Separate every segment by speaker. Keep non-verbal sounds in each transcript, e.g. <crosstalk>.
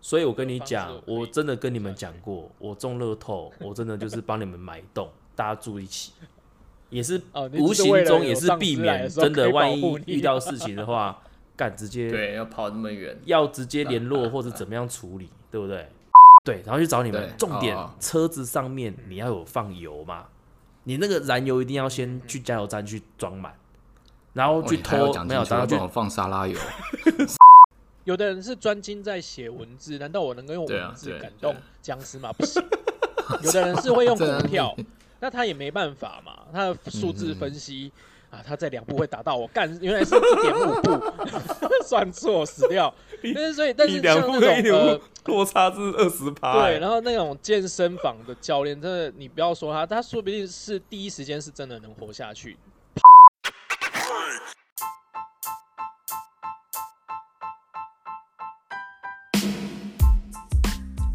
Speaker 1: 所以我跟你
Speaker 2: 方式
Speaker 1: 讲
Speaker 2: 我，可以
Speaker 1: 我真的跟你们讲过，我中乐
Speaker 2: <laughs>
Speaker 1: 透，我真的就是帮你们买一栋，大家住一起，也是
Speaker 2: 哦，你
Speaker 1: 无
Speaker 2: 只
Speaker 1: 形
Speaker 2: 为了
Speaker 1: 中
Speaker 2: 有
Speaker 1: 也是
Speaker 2: 丧
Speaker 1: 避
Speaker 2: 尸来
Speaker 1: 免
Speaker 2: 时候
Speaker 1: 真
Speaker 2: 可
Speaker 1: 的
Speaker 2: 以保
Speaker 1: 万一
Speaker 2: 护你
Speaker 1: 遇到事情的
Speaker 2: <laughs>
Speaker 1: 话，干直接
Speaker 3: 对，要跑那么远，
Speaker 1: 要直接联
Speaker 3: <laughs>
Speaker 1: 络或者怎么样处理，对不对？对，然后去找你们
Speaker 3: 对。
Speaker 1: 重点
Speaker 3: 哦哦，
Speaker 1: 车子上面你要有放油嘛，你那个燃油一定要先去加油站去装满，然后去
Speaker 3: 哦你还要
Speaker 1: 偷
Speaker 3: 讲
Speaker 1: 没有，
Speaker 3: 清楚
Speaker 1: 然后
Speaker 3: 要
Speaker 1: 去
Speaker 3: 帮我放沙拉油，
Speaker 2: 有的人是专精在写文字，难道我能够用
Speaker 3: 对啊
Speaker 2: 文字
Speaker 3: 对
Speaker 2: 感
Speaker 3: 对
Speaker 2: 动 <laughs> 僵尸吗？不行。有的人是
Speaker 3: <laughs>
Speaker 2: 会用股
Speaker 3: 这样
Speaker 2: 票，那他也没办法嘛，他的
Speaker 3: 嗯
Speaker 2: 数字分析、啊，他在两步会达到我干，原来是一点五步， <laughs> 算错死掉。但是所以，但是像那种呃，
Speaker 1: 落差是二十趴
Speaker 3: 哎
Speaker 2: 对，然后那种健身房的教练，真的你不要说他，他说不定是第一时间是真的能活下去。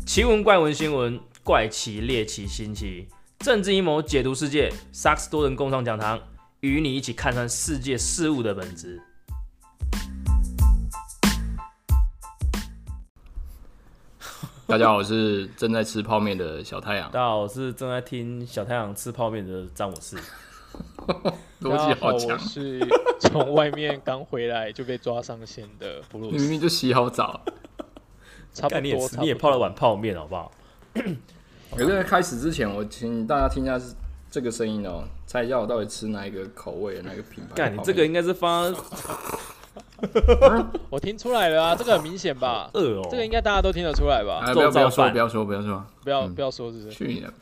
Speaker 1: 奇闻怪闻新闻，怪奇猎奇新奇，政治阴谋解读世界，萨克斯多人共创讲堂，与你一起看穿世界事物的本质。
Speaker 3: 大家好，我是正在吃泡面的小太阳，
Speaker 1: 大家好，我是正在听小太阳吃泡面的詹姆斯。
Speaker 3: 逻
Speaker 2: 大
Speaker 3: 辑
Speaker 2: 家好，
Speaker 3: 好
Speaker 2: 我
Speaker 3: 强，
Speaker 2: 是从外面刚回来就被抓上线的布鲁
Speaker 3: 你
Speaker 2: 斯
Speaker 3: 明。明就洗好澡。
Speaker 2: 差不
Speaker 1: 干你也
Speaker 2: 多，
Speaker 1: 是你也泡了碗泡面好不好？
Speaker 3: 可是在开始之前，我请大家听一下是这个声音哦，猜一下我到底吃哪一个口味的哪个
Speaker 2: 哎
Speaker 3: 品牌的泡
Speaker 1: 干
Speaker 3: 面。
Speaker 1: 你这个应该是放
Speaker 2: 我听出来了啊，这个很明显吧？
Speaker 1: 饿哦。
Speaker 2: 这个应该大家都听得出来吧？
Speaker 3: 哎，不要不要
Speaker 1: 肉燥饭
Speaker 3: 说不要说不要说，
Speaker 2: 不要
Speaker 3: 嗯
Speaker 2: 不要说是不是？
Speaker 3: 去你的！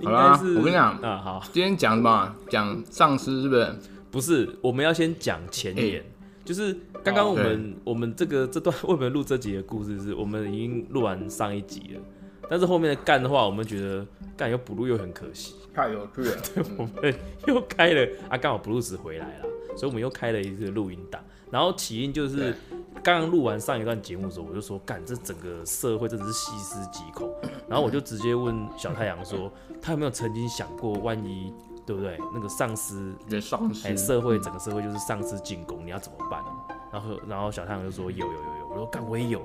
Speaker 1: 应
Speaker 3: 好啦
Speaker 1: 该，是
Speaker 3: 我跟你讲，
Speaker 1: 啊，好，
Speaker 3: 今天讲什么啊？讲丧尸是不是？
Speaker 1: 不是，我们要先讲前
Speaker 3: 哎
Speaker 1: 言，就是刚刚我们、我们这个这段 <laughs> 为什么录这集的故事是，我们已经录完上一集了，但是后面的干的话，我们觉得干又补录又很可惜，
Speaker 3: 太有趣了，
Speaker 1: <laughs> 我们 <laughs> 又开了啊，刚好布鲁斯回来了，所以我们又开了一个录音档。然后起因就是
Speaker 3: 对
Speaker 1: 刚刚录完上一段节目的时候，我就说，干，这整个社会真的是细思极
Speaker 3: <coughs>
Speaker 1: 恐。然后我就直接问小太阳说，他有没有曾经想过，万一对不对，那个丧尸
Speaker 3: 一个丧
Speaker 1: 哎、
Speaker 3: 尸
Speaker 1: 社会整个社会就是丧尸进攻，你要怎么办？然后然后小太阳就说有有有有，我说干我也有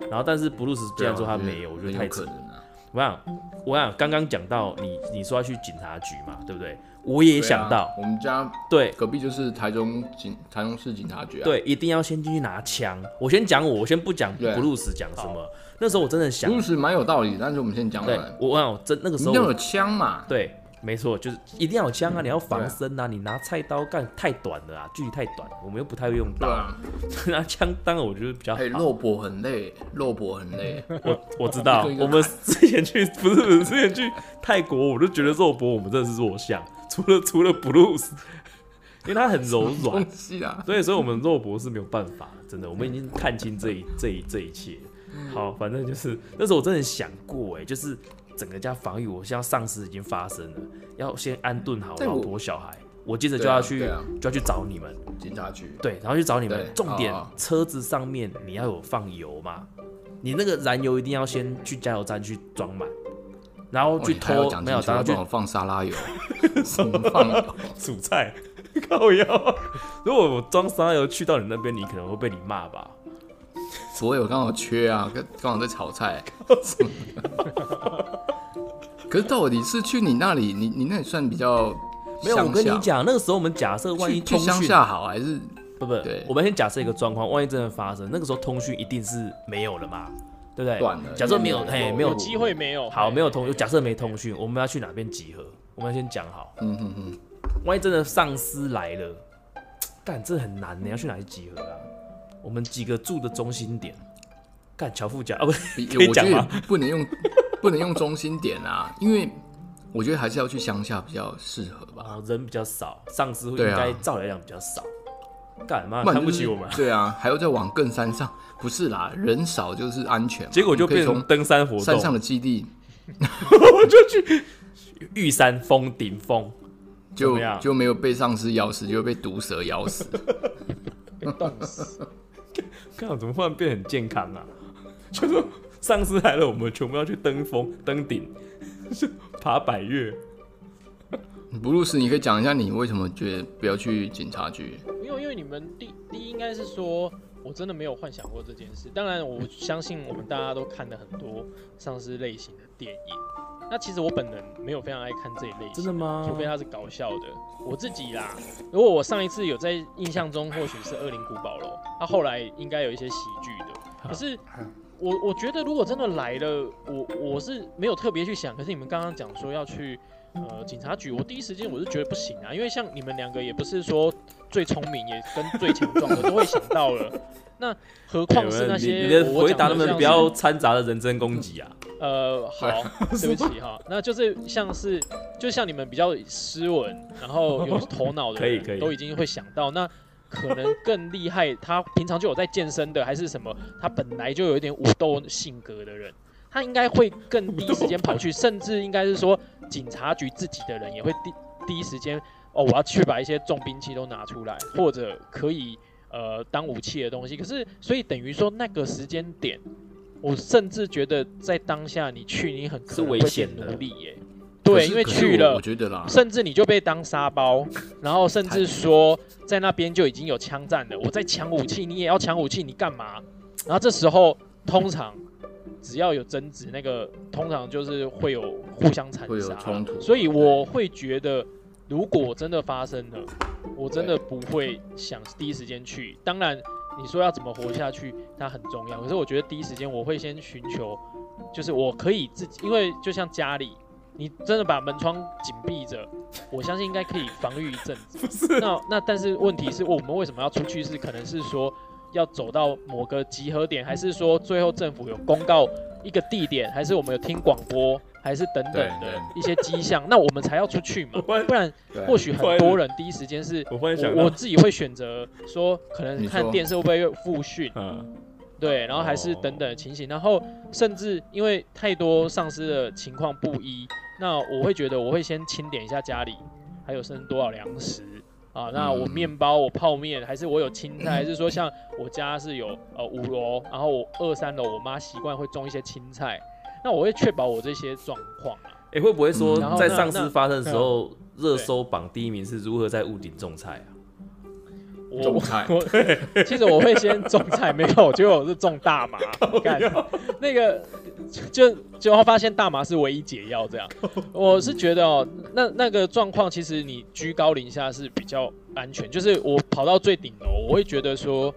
Speaker 1: 哎、然后但是布鲁斯
Speaker 3: 啊
Speaker 1: 竟然说他没有，我觉得
Speaker 3: 很
Speaker 1: 太
Speaker 3: 有
Speaker 1: 扯
Speaker 3: 可。能啊。
Speaker 1: 我想我想刚刚讲到你你说要去警察局嘛，对不对？我也想
Speaker 3: 对啊
Speaker 1: 到，
Speaker 3: 我们家
Speaker 1: 对、
Speaker 3: 隔壁就是台中警台中市警察局啊。，
Speaker 1: 对，一定要先进去拿枪。我先讲我，我先不讲
Speaker 3: 对啊
Speaker 1: 布鲁斯讲什么。那时候我真的想，
Speaker 3: 故事蛮有道理，但是我们先讲
Speaker 1: 对
Speaker 3: 完。
Speaker 1: 我我想我真那个
Speaker 3: 你
Speaker 1: 时候
Speaker 3: 那
Speaker 1: 我
Speaker 3: 有枪嘛？
Speaker 1: 对，没错，就是一定要有枪啊，你要
Speaker 3: 对
Speaker 1: 防
Speaker 3: 啊
Speaker 1: 身啊，你拿菜刀干太短了啊，距离太短，我们又不太会用
Speaker 3: 对
Speaker 1: 刀，
Speaker 3: 啊，
Speaker 1: <laughs> 拿枪当然我觉得比较好
Speaker 3: 哎，。肉搏很累，肉搏很累。
Speaker 1: 我我知道
Speaker 3: 一个一，个
Speaker 1: 我们之前去不是不是之前去泰国，我就觉得肉搏我们真的是弱项，除了除了 blues，因为它很柔软
Speaker 3: 东，西啊，
Speaker 1: 所以所以我们肉搏是没有办法的，真的，我们已经看清
Speaker 3: <laughs>
Speaker 1: 这一这一这一切了。
Speaker 3: 嗯
Speaker 1: 好，反正就是那时候我真的想过、哎，就是整个家防御，我现在丧尸已经发生了，要先安顿好
Speaker 3: 对
Speaker 1: 老
Speaker 3: 我
Speaker 1: 婆小孩，我接着就
Speaker 3: 对啊
Speaker 1: 要去、
Speaker 3: 对啊
Speaker 1: 就要去找你们，
Speaker 3: 警察局。
Speaker 1: 对，然后去找你们
Speaker 3: 对。
Speaker 1: 重点
Speaker 3: 哦哦，
Speaker 1: 车子上面你要有放油嘛，你那个燃油一定要先去加油站去装满，然后
Speaker 3: 哦
Speaker 1: 去
Speaker 3: 你还要
Speaker 1: 偷
Speaker 3: 讲
Speaker 1: 没有，
Speaker 3: 进去
Speaker 1: 然
Speaker 3: 要
Speaker 1: 后去
Speaker 3: 帮我放沙
Speaker 1: <laughs>
Speaker 3: 拉油，什么放油？
Speaker 1: 煮菜， <laughs> 靠腰。如果我装沙拉油去到你那边，你可能会被你骂吧。
Speaker 3: 所以我刚好缺啊，刚刚好在
Speaker 1: <laughs>
Speaker 3: 炒菜。可是到底是去你那里，你你那里算比较
Speaker 1: 没有，我跟
Speaker 3: 乡
Speaker 1: 你
Speaker 3: 下
Speaker 1: 讲，那个时候我们假设万一
Speaker 3: 去
Speaker 1: 通
Speaker 3: 去乡
Speaker 1: 讯
Speaker 3: 下好还是
Speaker 1: 不不
Speaker 3: 对，
Speaker 1: 我们先假设一个状况，万一真的发生，那个时候通讯一定是没有了嘛，对不对？
Speaker 3: 断了
Speaker 1: 假设没有，
Speaker 3: 因为
Speaker 1: 嘿，
Speaker 3: 有
Speaker 1: 没
Speaker 2: 有
Speaker 1: 有
Speaker 2: 机会没有？哎
Speaker 1: 好，没有
Speaker 2: 同
Speaker 1: 通，假设没通讯，我们要去哪边集合？我们要先讲好。
Speaker 3: 嗯哼哼，
Speaker 1: 万一真的丧尸来了，干这很难呢，要去哪里集合啊？我们几个住的中心点，干乔富家啊，不是
Speaker 3: 比
Speaker 1: 可以
Speaker 3: 我
Speaker 1: 讲
Speaker 3: 觉得
Speaker 1: 吗
Speaker 3: 不能用 <laughs> 不能用中心点啊，因为我觉得还是要去乡下比较适合吧。
Speaker 1: 哦，人比较少，丧尸应
Speaker 3: 对啊
Speaker 1: 该照理来讲比较少。干嘛
Speaker 3: 不然
Speaker 1: 看不
Speaker 3: 就是
Speaker 1: 起我们啊？
Speaker 3: 对啊，还要再往更山上，不是啦，人少就是安全嘛。
Speaker 1: 结果就
Speaker 3: 你可以
Speaker 1: 变成
Speaker 3: 从
Speaker 1: 登山活
Speaker 3: 山上
Speaker 1: <laughs> 动，
Speaker 3: 的基地
Speaker 1: 我就去 <laughs> 玉山峰顶峰，怎
Speaker 3: 就
Speaker 1: 么样
Speaker 3: 就没有被丧尸咬死，就被毒蛇咬死。
Speaker 2: 被冻死，
Speaker 1: 看我怎么忽然变得很健康啊？ <laughs> 就是丧尸来了，我们全部要去登峰登顶， <laughs> 爬百越。
Speaker 3: 布鲁斯，你可以讲一下你为什么觉得不要去警察局？
Speaker 2: 因为因为你们第第一应该是说，我真的没有幻想过这件事。当然，我相信我们大家都看了很多丧尸类型的电影。那其实我本人没有非常爱看这一类型，
Speaker 1: 真的吗？
Speaker 2: 除非它是搞笑的。我自己啦，如果我上一次有在印象中，或许是《恶灵古堡》咯，它后来应该有一些喜剧的。可是我我觉得，如果真的来了，我我是没有特别去想。可是你们刚刚讲说要去呃警察局，我第一时间我是觉得不行啊，因为像你们两个也不是说最聪明，也跟最强壮的都会想到了。那何况是那
Speaker 1: 哎你
Speaker 2: 些
Speaker 1: 你的
Speaker 2: 我
Speaker 1: 回
Speaker 2: 讲
Speaker 1: 答
Speaker 2: 的
Speaker 1: 能不能
Speaker 2: 像
Speaker 1: 不
Speaker 2: 是
Speaker 1: 要掺杂了人身攻击啊？
Speaker 2: 呃，好， <laughs> 对不起哈，那就是像是，就像你们比较斯文，然
Speaker 1: <laughs>
Speaker 2: 后有头脑的
Speaker 1: 可以
Speaker 2: 人
Speaker 1: 可以
Speaker 2: 都已经会想到，那可能更厉害。他平常就有在健身的，还是什么？他本来就有一点武斗性格的人，他应该会更第一时间跑去，甚至应该是说，警察局自己的人也会第第一时间哦，我要去把一些重兵器都拿出来，或者可以呃当武器的东西。可是，所以等于说那个时间点，我甚至觉得在当下你去，你很可
Speaker 1: 是
Speaker 2: 能
Speaker 1: 危
Speaker 2: 会
Speaker 1: 险
Speaker 2: 变
Speaker 1: 的
Speaker 2: 奴隶耶。
Speaker 3: 可
Speaker 2: 对，
Speaker 3: 是
Speaker 2: 因为
Speaker 3: 可是
Speaker 2: 去
Speaker 3: 我
Speaker 2: 了
Speaker 3: 我，觉得啦，
Speaker 2: 甚至你就被当沙包，然后甚至说在那边就已经有枪战了，我在抢武器，你也要抢武器，你干嘛？然后这时候通常只要有争执，那个通常就是会有互相残
Speaker 3: 会有
Speaker 2: 杀
Speaker 3: 冲突
Speaker 2: 所以我会觉得，如果真的发生了，我真的不会想第一时间去。当然，你说要怎么活下去，它很重要。可是我觉得第一时间我会先寻求，就是我可以自己，因为就像家里，你真的把门窗紧闭着，我相信应该可以防御一阵子。那那但是问题是我们为什么要出去？是可能是说要走到某个集合点，还是说最后政府有公告一个地点，还是我们有听广播，还是等等
Speaker 3: 对
Speaker 2: 的
Speaker 3: 对
Speaker 2: 一些迹象，那我们才要出去嘛？
Speaker 1: 我
Speaker 2: 不然
Speaker 3: 对
Speaker 2: 或许很多人第一时间是。
Speaker 1: 我忽然想
Speaker 2: 我
Speaker 1: 到，
Speaker 2: 我自己会选择说，可能
Speaker 3: 你
Speaker 2: 看
Speaker 3: 说
Speaker 2: 电视会不会有复训，
Speaker 1: 嗯，
Speaker 2: 对，然后还是
Speaker 1: 哦
Speaker 2: 等等的情形，然后甚至因为太多丧尸的情况不一，那我会觉得我会先清点一下家里还有剩多少粮食啊，那我
Speaker 3: 嗯
Speaker 2: 面包、我泡面，还是我有青菜，还是说像我家是有呃五楼，然后我二三楼我妈习惯会种一些青菜，那我会确保我这些状况啊。
Speaker 1: 哎，会不会说
Speaker 3: 嗯然后
Speaker 1: 在
Speaker 2: 那
Speaker 1: 丧尸
Speaker 2: 那
Speaker 1: 发生的时候，热搜榜第一名是如何在屋顶种菜啊？
Speaker 2: 我
Speaker 3: 种菜
Speaker 2: 我 <laughs> 其实我会先种菜，没有，结果我是种大
Speaker 1: <laughs>
Speaker 2: 麻。干那个就就后发现大麻是唯一解药，这样。我是觉得哦，那那个状况其实你居高临下是比较安全。就是我跑到最顶楼，我会觉得说，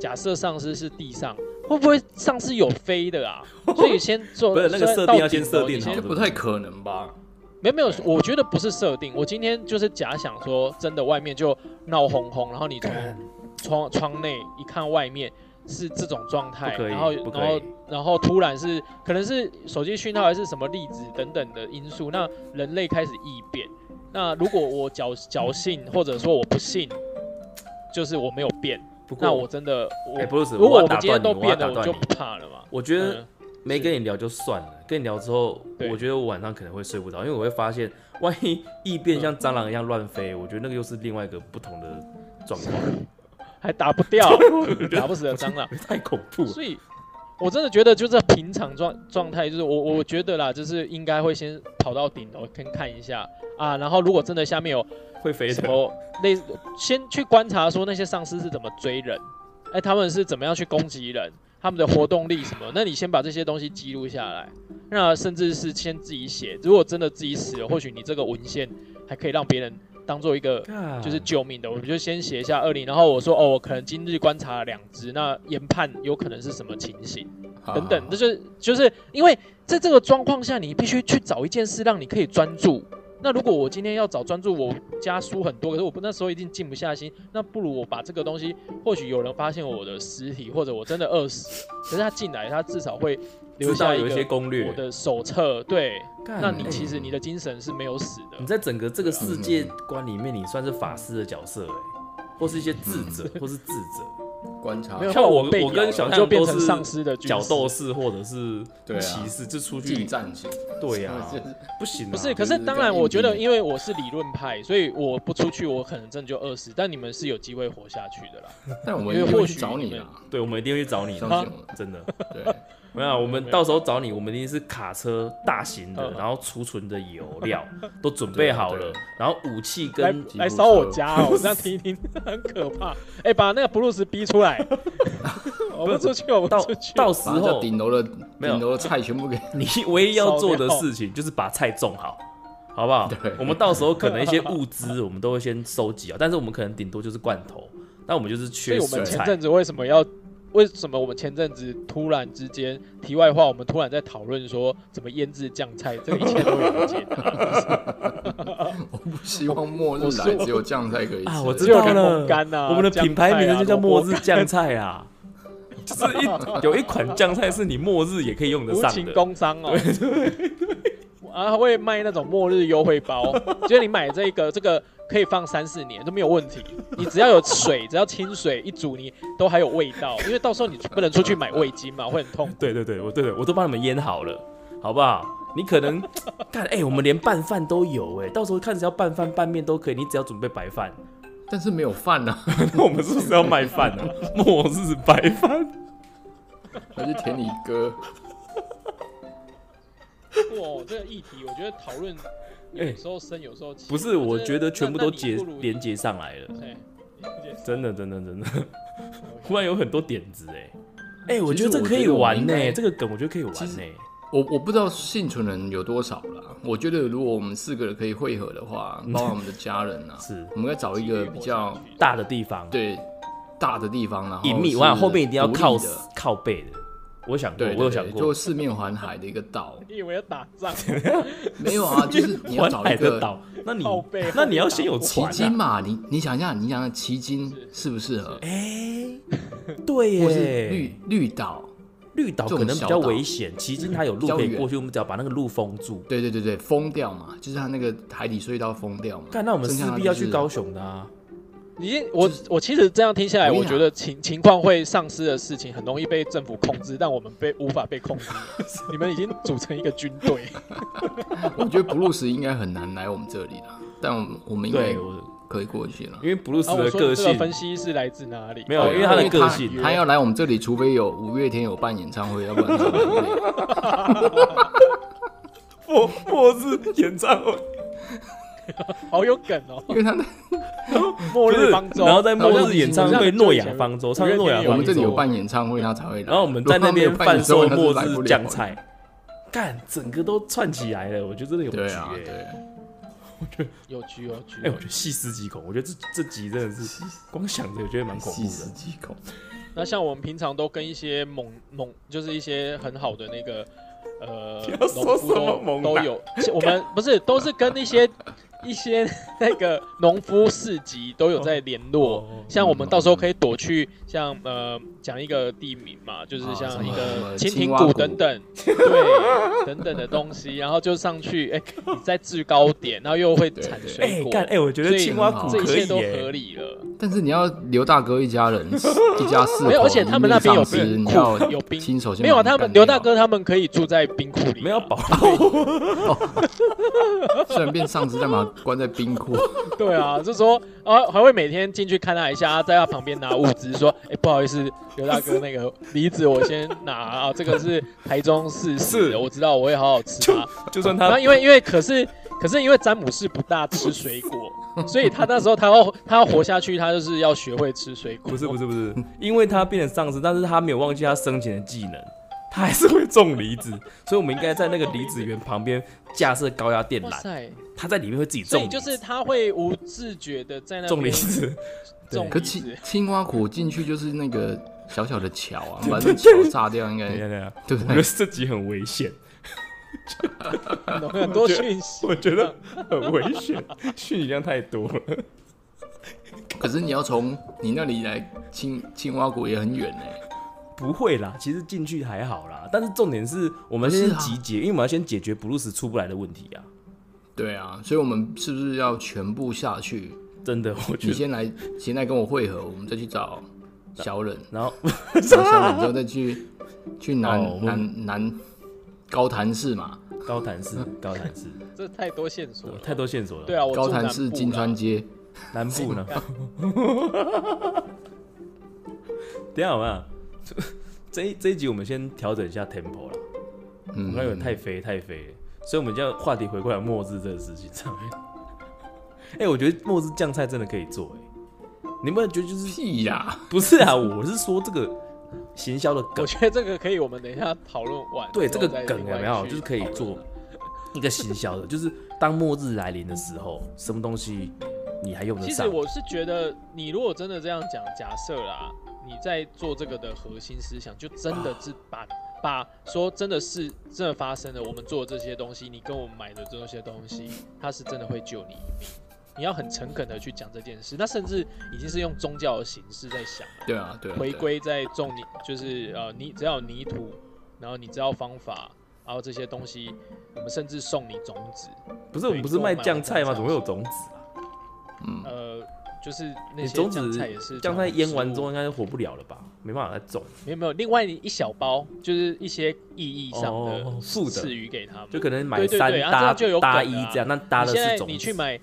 Speaker 2: 假设丧尸是地上，会不会丧尸有飞的啊？所以先做
Speaker 1: <laughs> 不是那个
Speaker 2: 虽然
Speaker 1: 设定
Speaker 2: 到
Speaker 1: 要
Speaker 2: 顶
Speaker 1: 先设
Speaker 2: 楼你
Speaker 1: 定好
Speaker 2: 先
Speaker 3: 这不太可能吧？
Speaker 2: 没有没有，我觉得不是设定。我今天就是假想说，真的外面就闹哄哄，然后你从窗窗内一看外面是这种状态，
Speaker 1: 不可以
Speaker 2: 哎然后
Speaker 1: 不可以
Speaker 2: 然后然后突然是可能是手机讯号还是什么粒子等等的因素，那人类开始异变。那如果我侥侥幸或者说我不信，就是我没有变，
Speaker 1: 不过
Speaker 2: 那我真的我、
Speaker 1: 哎，Bruce，
Speaker 2: 如
Speaker 1: 我
Speaker 2: 果
Speaker 1: 要
Speaker 2: 我
Speaker 1: 打
Speaker 2: 们今天
Speaker 1: 断
Speaker 2: 都
Speaker 1: 你
Speaker 2: 变
Speaker 1: 我要
Speaker 2: 了，
Speaker 1: 打
Speaker 2: 我就
Speaker 1: 断
Speaker 2: 不怕了嘛。
Speaker 1: 我觉得
Speaker 2: 嗯
Speaker 1: 没跟你聊就算了，跟你聊之后，
Speaker 2: 对嗯
Speaker 1: 我觉得我晚上可能会睡不着，因为我会发现，万一异变像蟑螂一样乱飞，我觉得那个又是另外一个不同的状况，
Speaker 2: 还打不掉，打不死的蟑螂。
Speaker 1: <laughs> 太恐怖了。
Speaker 2: 所以，我真的觉得就是平常状状态，就是我我觉得啦，就是应该会先跑到顶楼先看一下啊，然后如果真的下面有
Speaker 1: 会飞
Speaker 2: 什
Speaker 1: 的，
Speaker 2: 么类似，先去观察说那些丧尸是怎么追人，哎，他们是怎么样去攻击人，他们的活动力什么，那你先把这些东西记录下来，那甚至是先自己写，如果真的自己死了，或许你这个文献还可以让别人当做一个
Speaker 1: 干
Speaker 2: 就是救命的，我们就先写一下二零，然后我说哦，我可能今日观察了两只，那研判有可能是什么情形等等，这就是就是因为在这个状况下，你必须去找一件事让你可以专注。那如果我今天要找专注，我家书很多，可是我不那时候一定静不下心，那不如我把这个东西，或许有人发现我的尸体，或者我真的饿死，可是他进来，他至少会留
Speaker 1: 知
Speaker 2: 下
Speaker 1: 道
Speaker 2: 一
Speaker 1: 有一些
Speaker 2: 个
Speaker 1: 攻略
Speaker 2: 我。的手册。对，
Speaker 1: 干
Speaker 2: 那你
Speaker 1: 哎
Speaker 2: 其实啊你的精神是没有死的
Speaker 1: 你。在整个这个欸
Speaker 2: 嗯
Speaker 1: 世界观里面，你算是法师的角色哎、或是一些智者，或是智者，
Speaker 3: 观察
Speaker 2: 没有
Speaker 1: 像我
Speaker 2: 被咬
Speaker 1: 我跟小
Speaker 2: 了
Speaker 1: 象
Speaker 2: <laughs> 就变
Speaker 1: 都
Speaker 2: 成
Speaker 1: 是
Speaker 2: 丧尸的军
Speaker 1: 角
Speaker 2: 师
Speaker 1: 斗士或者是
Speaker 3: 对啊
Speaker 1: 骑士，就出
Speaker 3: 技
Speaker 1: 去
Speaker 3: 战型，
Speaker 1: 对呀、
Speaker 3: 真的是
Speaker 1: 不行、啊，
Speaker 2: 不是，
Speaker 3: 就
Speaker 2: 可
Speaker 3: 是
Speaker 2: 是当然，
Speaker 3: 跟
Speaker 2: 我
Speaker 3: 硬
Speaker 2: 觉得，
Speaker 3: 币
Speaker 2: 因为我是理论派，所以我不出去，我可能真的就饿死。但你们是有机会活下去的啦。
Speaker 3: 但我们
Speaker 2: 因为
Speaker 3: 一定会
Speaker 2: 或
Speaker 3: 去
Speaker 2: 许
Speaker 3: 找
Speaker 2: 你
Speaker 3: 你
Speaker 2: 们
Speaker 3: 啦，
Speaker 1: 对，我们一定会去找你
Speaker 3: 相
Speaker 1: 的，
Speaker 3: 信我们。
Speaker 1: 真的。
Speaker 3: 对，
Speaker 1: 没有啊，我们
Speaker 2: 嗯没有
Speaker 1: 到时候找你，我们一定是卡车大型的，
Speaker 2: 嗯
Speaker 1: 然后储存的油
Speaker 2: <laughs>
Speaker 1: 料都准备好了
Speaker 3: 对，
Speaker 1: 然后武器
Speaker 2: 来
Speaker 1: 跟
Speaker 2: 来
Speaker 3: 部
Speaker 2: 烧我
Speaker 3: 车
Speaker 2: 家
Speaker 1: <laughs>
Speaker 2: 哦，我这样听一听很可怕。哎、把那个布鲁斯逼出
Speaker 1: <laughs>
Speaker 2: 来，我不出去，我不
Speaker 1: 到
Speaker 2: 出去。
Speaker 1: 到时
Speaker 3: 把这
Speaker 1: 候
Speaker 3: 顶楼的
Speaker 1: 没有
Speaker 3: 顶楼的菜全部给
Speaker 1: 你唯一要做的事情就是把菜种好，好不好
Speaker 3: <laughs> 对？
Speaker 1: 我们到时候可能一些物资我们都会先收集啊，但是我们可能顶多就是罐头，那我们就是
Speaker 2: 所
Speaker 1: 缺
Speaker 2: 以我
Speaker 1: 蔬
Speaker 2: 们前
Speaker 1: 菜。
Speaker 2: 阵子为什么要？为什么我们前阵子突然之间题外话，我们突然在讨论说怎么腌制酱菜，这个一切都有人解答。
Speaker 3: <laughs> 希望末日来，只有酱菜可以吃
Speaker 1: 啊我知
Speaker 2: 只
Speaker 1: 道了
Speaker 2: 有人抹干呐、
Speaker 1: 我们的
Speaker 2: 酱
Speaker 1: 品牌
Speaker 2: 菜
Speaker 1: 名
Speaker 2: 啊
Speaker 1: 称就叫
Speaker 2: 萝
Speaker 1: 末
Speaker 2: 卜
Speaker 1: 日酱菜啊， <laughs> 就是一有一款酱菜是你末日也可以用得
Speaker 2: 无
Speaker 1: 上
Speaker 2: 情
Speaker 1: 的。
Speaker 2: 工商哦。 <laughs> 啊，还会卖那种末日优惠包，就是你买这个，这个可以放三四年都没有问题。你只要有水，只要清水一煮，你都还有味道。因为到时候你不能出去买味精
Speaker 1: <laughs>
Speaker 2: 嘛，会很痛。
Speaker 1: 对对对，我对对，我都帮你们腌好了，好不好？你可能看，哎、我们连拌饭都有哎、到时候看只要拌饭拌面都可以，你只要准备白饭。 <laughs>
Speaker 3: 但是没有饭啊 <laughs> 呐，
Speaker 1: 那我们是不是要卖饭啊？末日白饭？
Speaker 3: 要去田里割。
Speaker 2: 哇，这个议题我觉得讨论有时候深，有时候浅。
Speaker 1: 不是，我觉得
Speaker 2: 那
Speaker 1: 全部都
Speaker 2: 那你
Speaker 1: 结
Speaker 2: 不如
Speaker 1: 连接上来了，
Speaker 2: 哎连接
Speaker 1: 真的真的真的，忽然有很多点子哎、哎、我
Speaker 3: 其
Speaker 1: 觉
Speaker 3: 实
Speaker 1: 得这
Speaker 3: 我
Speaker 1: 可
Speaker 3: 觉
Speaker 1: 以
Speaker 3: 得我
Speaker 1: 玩
Speaker 3: 应
Speaker 1: 呢、
Speaker 3: 该
Speaker 1: 这个梗我觉得可以玩
Speaker 3: 其
Speaker 1: 呢、
Speaker 3: 实我我不知道幸存人有多少啦，我觉得如果我们四个人可以汇合的话，包括我们的家人啊，
Speaker 1: 嗯 <laughs> 是
Speaker 3: 我们该找一个比较
Speaker 1: 大的地方，哦
Speaker 3: 对大的地方，然后
Speaker 1: 隐秘，
Speaker 3: 是
Speaker 1: 完了后面一定要
Speaker 3: 独立
Speaker 1: 靠
Speaker 3: 的，
Speaker 1: 靠背的。我想过，
Speaker 3: 对，对
Speaker 1: 我有想
Speaker 3: 对
Speaker 1: 过
Speaker 3: 就，四面环海的一个岛，
Speaker 2: 你以为要打仗？
Speaker 1: <laughs>
Speaker 3: 没有啊，就是你要
Speaker 1: 环
Speaker 3: 找
Speaker 1: 海
Speaker 3: 一
Speaker 1: 的
Speaker 3: 个
Speaker 1: 岛，那你
Speaker 2: 靠背
Speaker 1: 那你要先有
Speaker 3: 奇
Speaker 1: 船
Speaker 3: 经
Speaker 1: 啊！
Speaker 3: 嘛，你你想一下，你想想奇经适不适合，
Speaker 1: 哎、对
Speaker 3: <laughs> 或是绿
Speaker 1: 耶，
Speaker 3: 绿岛，
Speaker 1: 绿岛可能比
Speaker 3: 这
Speaker 1: 较
Speaker 3: 种小岛
Speaker 1: 危险，奇经它有路
Speaker 3: 比较
Speaker 1: 可以
Speaker 3: 远
Speaker 1: 过去，我们只要把那个路封住。
Speaker 3: 对对对对，封掉嘛，就是它那个海底隧道封掉嘛。
Speaker 1: 看，那我们
Speaker 3: 剩下
Speaker 1: 势
Speaker 3: 它
Speaker 1: 必
Speaker 3: 就
Speaker 1: 要去
Speaker 3: 是
Speaker 1: 高雄的啊。
Speaker 2: 你我我其实这样听下来，
Speaker 3: 我跟
Speaker 2: 我
Speaker 3: 你
Speaker 2: 觉得情情况会丧失的事情很容易被政府控制，但我们被无法
Speaker 1: <laughs>
Speaker 2: 被控制。你们已经组成一个军队，
Speaker 3: 我觉得布鲁斯应该很难来我们这里了，但我们啊我们应该
Speaker 1: 对，我
Speaker 3: 可以过去了。啊
Speaker 1: 因为布鲁斯
Speaker 2: 然后我
Speaker 1: 的
Speaker 2: 说
Speaker 1: 个
Speaker 2: 你这个
Speaker 1: 性 <laughs>
Speaker 2: 分析是来自哪里？哦
Speaker 1: 没有，因为
Speaker 3: 他
Speaker 1: 他的个性，
Speaker 3: 他要来我们这里，除非有五月天有办演唱会，要不然他不会
Speaker 1: 末末日演唱会，
Speaker 2: 好有梗哦！
Speaker 3: 因为他那
Speaker 2: 末
Speaker 1: 不
Speaker 2: 日
Speaker 1: 是
Speaker 2: 方，舟，
Speaker 1: 然后在末
Speaker 3: 好像
Speaker 1: 日演唱
Speaker 2: 好
Speaker 1: 会
Speaker 2: 像
Speaker 1: 诺亚方舟，唱诺亚
Speaker 2: 有
Speaker 1: 方
Speaker 3: 我们这里有
Speaker 1: 舟，
Speaker 3: 办演唱会，他才会来。
Speaker 1: 然后我们在那边
Speaker 3: 如果他没
Speaker 1: 贩
Speaker 3: 有办演唱
Speaker 1: 售
Speaker 3: 会他是
Speaker 1: 末
Speaker 3: 来不
Speaker 1: 日
Speaker 3: 了
Speaker 1: 酱。菜，干，整个都串起来了，我觉得真的有局
Speaker 3: 对啊，
Speaker 1: 哎。
Speaker 3: 对，
Speaker 2: 有局有局
Speaker 1: 哎，，我觉得细思极恐，我觉得这这集真的是光想着我觉得蛮恐怖
Speaker 3: 细思
Speaker 1: 的。
Speaker 3: 极恐。
Speaker 2: 那像我们平常都跟一些猛猛，就是一些很好的那个呃
Speaker 1: 不要
Speaker 2: 农
Speaker 1: 说什
Speaker 2: 夫
Speaker 1: 么
Speaker 2: 都
Speaker 1: 猛
Speaker 2: 都
Speaker 1: 男
Speaker 2: 有，我们不是都是跟一些一些 <laughs> 那个农夫市集都有在联络
Speaker 1: 哦哦。
Speaker 2: 像我们到时候可以躲去像呃讲一个地名嘛，就是
Speaker 3: 啊什
Speaker 2: 像一
Speaker 3: 么什
Speaker 2: 个
Speaker 3: 么
Speaker 2: 蜻
Speaker 3: 青
Speaker 2: 蜓
Speaker 3: 蛙
Speaker 2: 谷
Speaker 3: 谷
Speaker 1: <laughs>
Speaker 2: 等等，对等等的东西，然后就上去，哎，你在制高点，然后又会
Speaker 3: 对
Speaker 2: 产
Speaker 3: 对
Speaker 2: 水
Speaker 1: 哎，
Speaker 2: 果，
Speaker 1: 干，哎，我觉得
Speaker 2: 所以
Speaker 1: 青蛙谷
Speaker 2: 这一
Speaker 1: 可
Speaker 2: 切
Speaker 1: 以
Speaker 2: 都合
Speaker 1: 耶，
Speaker 2: 理了。
Speaker 3: 但是你要刘大哥一家人，一家四口，
Speaker 2: 没有而且他们那边有冰
Speaker 3: 你
Speaker 2: 库
Speaker 3: 要
Speaker 2: 有冰
Speaker 3: 亲手先
Speaker 2: 没有啊，
Speaker 3: 把
Speaker 2: 他
Speaker 3: 你
Speaker 2: 们
Speaker 3: 干
Speaker 2: 刘大
Speaker 3: 掉，
Speaker 2: 哥他们可以住在冰库里啊，
Speaker 1: 没有保
Speaker 3: 虽然变丧尸，但把他关在冰库。
Speaker 2: <laughs> 对啊，就说啊，还会每天进去看他一下，啊在他旁边拿物资，说，哎、不好意思，刘大哥，那个 <laughs> 梨子我先拿啊，这个是台中市市
Speaker 1: 是
Speaker 2: 的，我知道，我会好好吃它。
Speaker 1: 就算
Speaker 2: <laughs> 然
Speaker 1: 他
Speaker 2: 后因为因为可是可是因为詹姆士不大吃水果，
Speaker 1: <laughs>
Speaker 2: 所以他那时候他要他要活下去，他就是要学会吃水果。
Speaker 1: 不是不是不是，因为他变成丧尸，但是他没有忘记他生前的技能，他还是会种梨子，所以我们应该在那个梨子园旁边架设高压电
Speaker 2: 哇
Speaker 1: 缆，
Speaker 2: 塞，
Speaker 1: 他在里面会自己
Speaker 2: 所
Speaker 1: 种
Speaker 2: 以
Speaker 1: 梨子，
Speaker 2: 就是他会无自觉的在那
Speaker 1: 种梨
Speaker 2: 边
Speaker 1: 子，哎
Speaker 2: 种
Speaker 3: 可
Speaker 2: 梨
Speaker 3: 青
Speaker 2: 子，
Speaker 3: 青蛙谷进去就是
Speaker 1: <laughs>
Speaker 3: 那个小小的桥啊，把那桥炸掉应
Speaker 1: 等一
Speaker 3: 该
Speaker 1: 下等一下，
Speaker 3: 对不
Speaker 1: 我觉得
Speaker 3: 对？
Speaker 1: 这集很危险，
Speaker 2: 懂很多讯息。
Speaker 1: 我觉得很危险，讯息量太多了。
Speaker 3: 可是你要从你那里来青青蛙谷也很远哎、
Speaker 1: <laughs> 不会啦，其实进去还好啦，但是重点是我们先
Speaker 3: 不是啊
Speaker 1: 集结，因为我们要先解决布鲁斯出不来的问题啊！
Speaker 3: 对啊，所以我们是不是要全部下去？
Speaker 1: 真的，我觉
Speaker 3: 你
Speaker 1: 得
Speaker 3: 先来，先来跟我汇合，我们再去找小
Speaker 1: <laughs>
Speaker 3: 忍，
Speaker 1: 然后
Speaker 3: 然后小忍之后再去去南、
Speaker 1: 哦我
Speaker 3: 南南高潭市嘛，
Speaker 1: 高谭市，高谭
Speaker 2: <laughs>
Speaker 1: 市，
Speaker 2: 这太多线索
Speaker 1: 对
Speaker 2: 了。
Speaker 1: 太多线索了。
Speaker 2: 嗯对啊，我
Speaker 3: 高
Speaker 2: 住
Speaker 3: 潭
Speaker 2: 南
Speaker 3: 市
Speaker 2: 部
Speaker 3: 金
Speaker 2: 啦
Speaker 3: 川街，
Speaker 1: 南部呢？
Speaker 2: 啊
Speaker 1: <laughs> 等一下好不好？ <laughs> 这一这一集我们先调整一下 tempo 啦，我
Speaker 3: 嗯
Speaker 1: 们，刚有点太飞太飞了，所以我们就要话题回过来末日这个事情上面。 <laughs> 哎、我觉得末日酱菜真的可以做哎、你们觉得就是
Speaker 3: 屁呀，
Speaker 1: 不是啊？我是说这个行销的梗
Speaker 2: <laughs> 我，觉得这个可以，我们等一下讨论完之后
Speaker 1: 对
Speaker 2: 再
Speaker 1: 这
Speaker 2: 另
Speaker 1: 个
Speaker 2: 外去讨论。
Speaker 1: 梗有没有就是可以做一个行销的，就是当末日来临的时候，什么东西你还用得
Speaker 2: 其
Speaker 1: 上
Speaker 2: 实？我是觉得，你如果真的这样讲，假设啦，你在做这个的核心思想，就真的是把把说真的是真的发生了，我们做的这些东西，你跟我们买的这些东西，它是真的会救你一命。你要很诚恳的去讲这件事，那甚至已经是用宗教的形式在想了。
Speaker 3: 对啊，对啊，
Speaker 2: 回
Speaker 3: 对啊
Speaker 2: 归在种泥，就是呃，你只要有泥土，然后你知道方法，然后这些东西，我们甚至送你种子，
Speaker 1: 不是我们不是卖酱菜吗？怎么
Speaker 2: 哦
Speaker 1: 会有种子啊？
Speaker 3: 嗯，
Speaker 2: 呃，就是那
Speaker 1: 你
Speaker 2: 些
Speaker 1: 种
Speaker 2: 酱
Speaker 1: 子
Speaker 2: 菜也是
Speaker 1: 酱菜
Speaker 2: 腌
Speaker 1: 腌完之后，应该火不了了吧？没办法再种，
Speaker 2: 没有没有，另外一小包就是一些意义上
Speaker 1: 哦
Speaker 2: 的
Speaker 1: 附的
Speaker 2: 赐予给他们。
Speaker 1: 就可能买
Speaker 2: 对对
Speaker 1: 三
Speaker 2: 对啊这
Speaker 1: 搭
Speaker 2: 样就有梗
Speaker 1: 搭
Speaker 2: 了
Speaker 1: 一
Speaker 2: 啊
Speaker 1: 这样，那搭
Speaker 2: 你
Speaker 1: 的
Speaker 2: 现在
Speaker 1: 是种
Speaker 2: 你
Speaker 1: 子
Speaker 2: 去买，